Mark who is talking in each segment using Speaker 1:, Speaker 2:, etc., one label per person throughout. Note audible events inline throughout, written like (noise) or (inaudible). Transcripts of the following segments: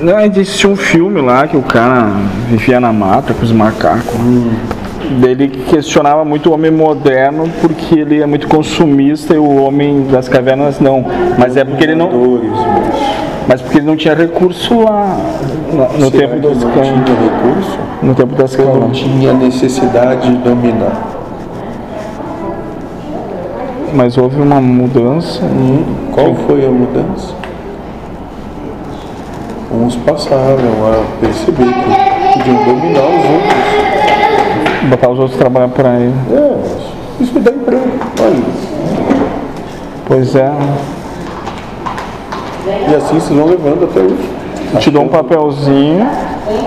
Speaker 1: Não, existe um filme lá que o cara vivia na mata com os macacos. Ele questionava muito o homem moderno porque ele é muito consumista e o homem das cavernas não. Mas é porque ele não,
Speaker 2: Dores, mas
Speaker 1: mas porque ele não tinha recurso lá no- no
Speaker 2: será
Speaker 1: tempo
Speaker 2: que
Speaker 1: das
Speaker 2: não
Speaker 1: can-
Speaker 2: tinha recurso?
Speaker 1: no tempo das
Speaker 2: Eu não
Speaker 1: cavernas.
Speaker 2: tinha necessidade de dominar.
Speaker 1: Mas houve uma mudança.
Speaker 2: Hum, Qual foi a mudança? Uns passaram a perceber que podiam dominar os outros.
Speaker 1: Botar os outros trabalhar para ele.
Speaker 2: É, isso me dá emprego. Olha,
Speaker 1: Pois é.
Speaker 2: e assim vocês vão levando até hoje.
Speaker 1: Eu te dou um papelzinho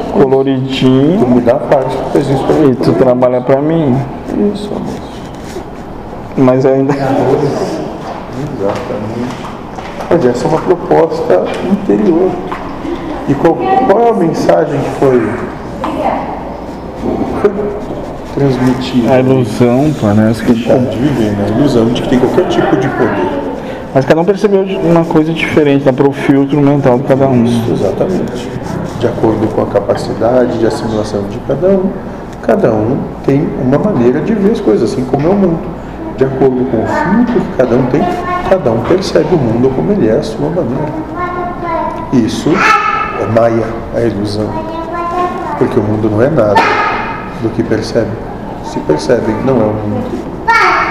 Speaker 2: Tu
Speaker 1: coloridinho
Speaker 2: me dá a parte, faz isso pra
Speaker 1: e
Speaker 2: mim.
Speaker 1: tu trabalha para mim.
Speaker 2: Isso, amor.
Speaker 1: Mas ainda.
Speaker 2: Exatamente. Mas essa é uma proposta interior. E qual, qual é a mensagem que foi, foi transmitida?
Speaker 1: A É ilusão (laughs) parece que.
Speaker 2: Deixar de viver na ilusão de que tem qualquer tipo de poder.
Speaker 1: Mas cada um percebeu de- uma coisa diferente, dá para o filtro mental de cada um.
Speaker 2: Exatamente. De acordo com a capacidade de assimilação de cada um, cada um tem uma maneira de ver as coisas, assim como é o mundo. De acordo com o filtro que cada um tem, cada um percebe o mundo como ele é, a sua maneira. Isso é Maia, a ilusão. Porque o mundo não é nada do que percebe. Se percebem, não é o mundo.